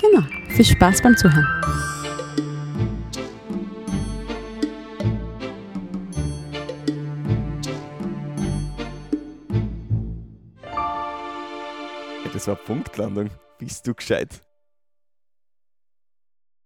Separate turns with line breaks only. Genau. Viel Spaß beim Zuhören.
Das war Punktlandung. Bist du gescheit?